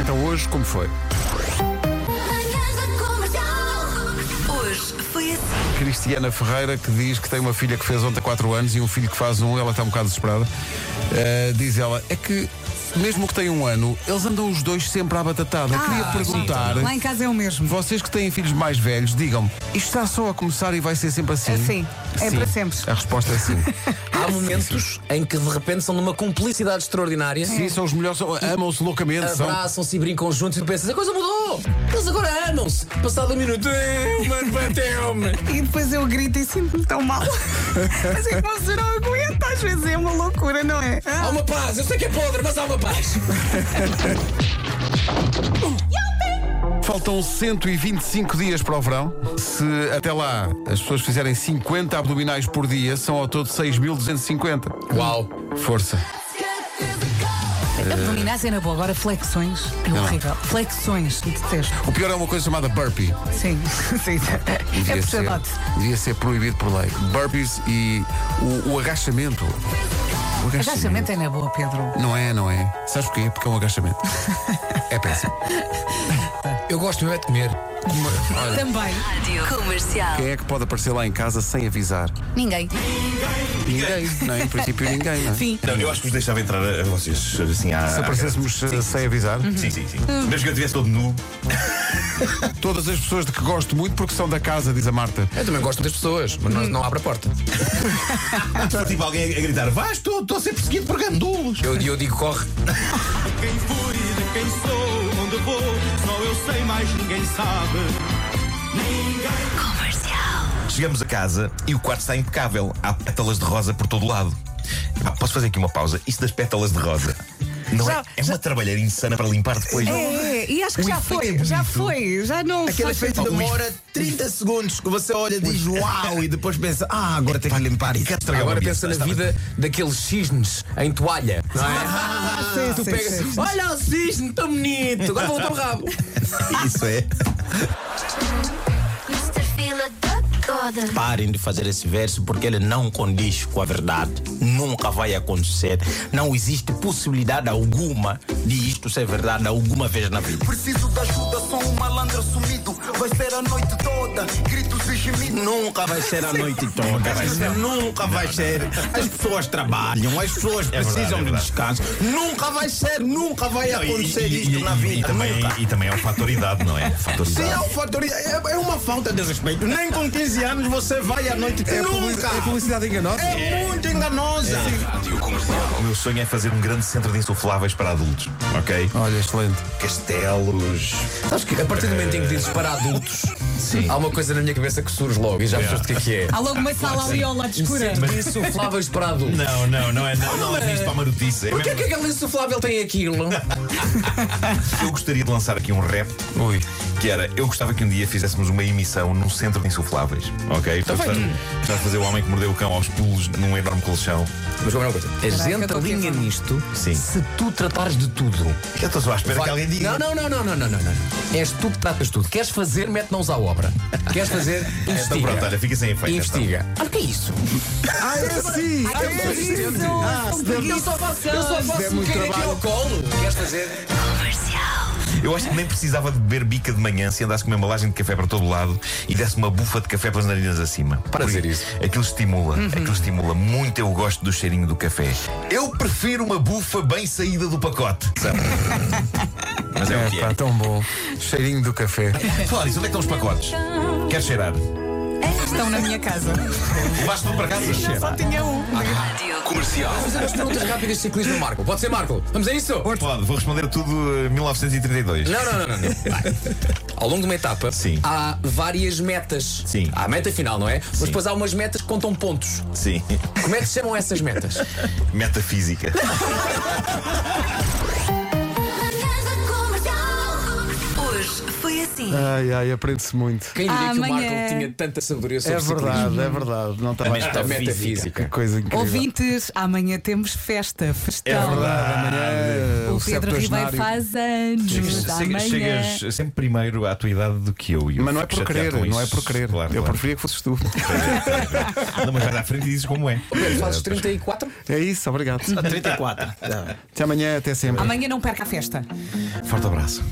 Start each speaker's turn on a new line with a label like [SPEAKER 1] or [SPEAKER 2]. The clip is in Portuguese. [SPEAKER 1] Então hoje, como foi?
[SPEAKER 2] Manhãs da Comercial. Hoje foi assim.
[SPEAKER 1] Cristiana Ferreira, que diz que tem uma filha que fez ontem 4 anos e um filho que faz um, ela está um bocado desesperada. Uh, diz ela, é que mesmo que tenha um ano, eles andam os dois sempre à batatada.
[SPEAKER 3] Ah,
[SPEAKER 1] Eu Queria perguntar,
[SPEAKER 3] Lá em casa é o mesmo.
[SPEAKER 1] vocês que têm filhos mais velhos, digdigam-me, isto está só a começar e vai ser sempre assim?
[SPEAKER 3] É sim, é
[SPEAKER 1] Sim.
[SPEAKER 3] para sempre.
[SPEAKER 1] A resposta é sim.
[SPEAKER 4] Há momentos em que de repente são numa cumplicidade extraordinária,
[SPEAKER 1] sim, são os melhores, são- amam-se loucamente. São,
[SPEAKER 4] abraçam-se e brincam juntos e tu pensas, a coisa mudou! Eles agora amam-se! Passado um minuto, "Eh, o mano bateu-me!
[SPEAKER 3] E depois eu grito e sinto-me tão mal. Mas é que você não aguenta, às vezes é uma loucura, não é?
[SPEAKER 4] Há
[SPEAKER 3] Ah,
[SPEAKER 4] uma paz, eu sei que é podre, mas há uma paz!
[SPEAKER 1] Faltam 125 dias para o verão. Se até lá as pessoas fizerem 50 abdominais por dia, são ao todo 6.250.
[SPEAKER 4] Uau!
[SPEAKER 1] Força.
[SPEAKER 3] Abdominais é na boa, agora flexões é horrível. Flexões, detesto.
[SPEAKER 1] O pior é uma coisa chamada burpee.
[SPEAKER 3] Sim, sim. É
[SPEAKER 1] ser,
[SPEAKER 3] puxadote.
[SPEAKER 1] devia ser proibido por lei. Burpees e o, o agachamento. O
[SPEAKER 3] Agachamento é na boa, Pedro.
[SPEAKER 1] Não é, não é. Sabes porquê? Porque é um agachamento. é péssimo.
[SPEAKER 4] Eu gosto mesmo é de comer.
[SPEAKER 3] Também.
[SPEAKER 2] Rádio Comercial.
[SPEAKER 1] Quem é que pode aparecer lá em casa sem avisar?
[SPEAKER 3] Ninguém.
[SPEAKER 1] Ninguém. Não, em princípio ninguém, não é?
[SPEAKER 3] Sim.
[SPEAKER 5] Não, eu acho que vos deixava entrar a, a vocês assim à.
[SPEAKER 1] Se aparecêssemos eh, sem avisar,
[SPEAKER 3] Uhum.
[SPEAKER 5] Sim, sim, sim. Mesmo que eu estivesse todo nu.
[SPEAKER 1] todas as pessoas de que gosto muito porque são da casa, diz a Marta.
[SPEAKER 4] Eu também gosto das pessoas, mas não, não abre a porta.
[SPEAKER 5] Está tipo alguém a, a gritar: Vais, estou estou a ser perseguido por gandulos.
[SPEAKER 4] Eu, eu digo corre.
[SPEAKER 6] Quem fui, de quem sou, onde vou, só eu sei, mais ninguém sabe.
[SPEAKER 2] Comercial.
[SPEAKER 5] Chegamos a casa e o quarto está impecável. Há pétalas de rosa por todo o lado. Ah, posso fazer aqui uma pausa? Isso das pétalas de rosa. Não é?
[SPEAKER 3] Já-
[SPEAKER 5] É uma trabalheira insana para limpar depois.
[SPEAKER 3] É, é, e acho que
[SPEAKER 4] O
[SPEAKER 3] já
[SPEAKER 4] efeito
[SPEAKER 3] foi,
[SPEAKER 4] é
[SPEAKER 3] já
[SPEAKER 4] bonito.
[SPEAKER 3] foi, já não
[SPEAKER 7] Aquele
[SPEAKER 3] faz
[SPEAKER 7] efeito
[SPEAKER 3] sentido.
[SPEAKER 7] demora 30 segundos que você olha e diz uau e depois pensa, ah, agora tenho que limpar isso.
[SPEAKER 5] Estragar o
[SPEAKER 4] Agora
[SPEAKER 5] ambiente.
[SPEAKER 4] pensa na
[SPEAKER 5] Está-
[SPEAKER 4] vida daqueles cisnes em toalha, não é?
[SPEAKER 3] sim,
[SPEAKER 4] tu
[SPEAKER 3] sim,
[SPEAKER 4] pegas,
[SPEAKER 3] sim, sim.
[SPEAKER 4] olha o cisne, tão bonito, agora vou levantar o rabo.
[SPEAKER 7] Isso é.
[SPEAKER 2] Mr. Fila da Coda.
[SPEAKER 8] Parem de fazer esse verso porque ele não condiz com a verdade. Nunca vai acontecer. Não existe possibilidade alguma de isto ser verdade alguma vez na vida.
[SPEAKER 9] Preciso de ajuda, sou um malandro sumido. Vai ser a noite toda, gritos e gemidos.
[SPEAKER 8] Nunca vai ser a noite toda. Nunca vai ser. As pessoas trabalham, as pessoas precisam
[SPEAKER 5] é
[SPEAKER 8] de descanso. Nunca vai ser, nunca vai
[SPEAKER 5] Não, e-
[SPEAKER 8] acontecer
[SPEAKER 5] e-
[SPEAKER 8] isto
[SPEAKER 5] e-
[SPEAKER 8] na
[SPEAKER 5] e-
[SPEAKER 8] vida.
[SPEAKER 5] E também,
[SPEAKER 8] nunca.
[SPEAKER 5] e também é um fator idade, não é? Fator
[SPEAKER 8] Se é
[SPEAKER 5] idade.
[SPEAKER 8] um fator, é é uma falta de respeito. Nem com 15 anos você vai à noite toda. Nunca.
[SPEAKER 1] É publicidade enganosa?
[SPEAKER 8] É muito enganosa.
[SPEAKER 5] O meu sonho é fazer um grande centro de insufláveis para adultos, ok?
[SPEAKER 1] Olha, excelente.
[SPEAKER 5] Castelos.
[SPEAKER 4] Sabes que a partir do momento em que dizes para adultos, há uma coisa na minha cabeça que surge logo e já percebes o que é que é.
[SPEAKER 3] Há logo uma sala ali ao lado escura.
[SPEAKER 4] Mas insufláveis para adultos.
[SPEAKER 5] Não, não, não é. Não, não é isto para a marotice. É
[SPEAKER 4] Porquê é
[SPEAKER 5] mesmo-
[SPEAKER 4] que aquele insuflável tem aquilo?
[SPEAKER 5] Eu gostaria de lançar aqui um rap. Que era, eu gostava que um dia fizéssemos uma emissão num centro de insufláveis, ok? Então gostava, gostava de fazer o homem que mordeu o cão aos pulos num enorme colchão.
[SPEAKER 4] Mas vamos lá, uma coisa. A
[SPEAKER 3] que eu
[SPEAKER 4] gente
[SPEAKER 3] tô
[SPEAKER 4] alinha
[SPEAKER 3] pensando.
[SPEAKER 4] nisto
[SPEAKER 5] Sim.
[SPEAKER 4] se tu tratares de tudo.
[SPEAKER 5] Eu estou só à espera
[SPEAKER 4] Vai-
[SPEAKER 5] que alguém diga.
[SPEAKER 4] Não, não, não, não, não, não, não, não. És tu que tratas tudo. Queres fazer, mete mãos à obra. Queres fazer, investiga.
[SPEAKER 5] Então pronto, olha, fica sem efeito. então.
[SPEAKER 4] Investiga. Olha o que é isso?
[SPEAKER 1] Ah, é sim! Ah, é sim!
[SPEAKER 4] Eu só faço, eu só
[SPEAKER 5] É
[SPEAKER 4] faço um bocadinho aqui ao colo. Queres fazer?
[SPEAKER 2] Comercial.
[SPEAKER 5] então. Eu acho que nem precisava de beber bica de manhã se andasse com uma embalagem de café para todo lado e desse uma bufa de café pelas narinas acima.
[SPEAKER 4] Para
[SPEAKER 5] Porque
[SPEAKER 4] dizer isso.
[SPEAKER 5] Aquilo estimula, aquilo estimula. Muito eu gosto do cheirinho do café. Eu prefiro uma bufa bem saída do pacote. sabe? Mas é, o que é.
[SPEAKER 1] Pá, Tá tão bom. Cheirinho do café.
[SPEAKER 5] Falar isso, onde é que estão os pacotes? Quer cheirar?
[SPEAKER 3] Estão na minha casa.
[SPEAKER 5] Levaste tudo para casa? Cheira.
[SPEAKER 3] um.
[SPEAKER 2] Rádio
[SPEAKER 4] Fazer umas perguntas rápidas de ciclismo, Marco. Pode ser, Marco? Vamos a isso?
[SPEAKER 5] Pode, vou responder a tudo eh, 1932.
[SPEAKER 4] Não, não, não, não. não. Vai. Ao longo de uma etapa,
[SPEAKER 5] Sim.
[SPEAKER 4] há várias metas.
[SPEAKER 5] Sim.
[SPEAKER 4] Há a meta final, não é? Mas depois há umas metas que contam pontos.
[SPEAKER 5] Sim.
[SPEAKER 4] Como é que se chamam essas metas?
[SPEAKER 5] Metafísica.
[SPEAKER 2] Manhãs da Comercial. Hoje foi assim.
[SPEAKER 1] Ai, ai, aprende-se muito.
[SPEAKER 4] Quem diria que o
[SPEAKER 3] Amanhã.
[SPEAKER 4] Marco tinha tanta sabedoria sobre
[SPEAKER 1] É verdade, é verdade. Não está mais
[SPEAKER 4] ciclismo? A metafísica.
[SPEAKER 1] Que coisa incrível.
[SPEAKER 3] Ouvintes, amanhã temos festa, festão.
[SPEAKER 1] Ah, Verdade, amanhã.
[SPEAKER 5] É um
[SPEAKER 3] O Pedro Ribeiro
[SPEAKER 1] septuagenário.
[SPEAKER 3] faz anos.
[SPEAKER 5] Chega-
[SPEAKER 3] amanhã.
[SPEAKER 5] Chegas sempre primeiro à tua idade do que eu. e eu
[SPEAKER 1] Mas não é
[SPEAKER 5] fico
[SPEAKER 1] por
[SPEAKER 5] chateado
[SPEAKER 1] querer,
[SPEAKER 5] com
[SPEAKER 1] não é
[SPEAKER 5] isso.
[SPEAKER 1] por querer.
[SPEAKER 5] Claro,
[SPEAKER 1] Eu
[SPEAKER 5] claro.
[SPEAKER 1] preferia que fosses tu.
[SPEAKER 5] Não, mas vai à frente e dizes como é.
[SPEAKER 4] Fazes 34?
[SPEAKER 1] É isso, obrigado.
[SPEAKER 10] 34.
[SPEAKER 1] Até amanhã, até sempre.
[SPEAKER 3] Amanhã não perca a festa.
[SPEAKER 5] Forte abraço.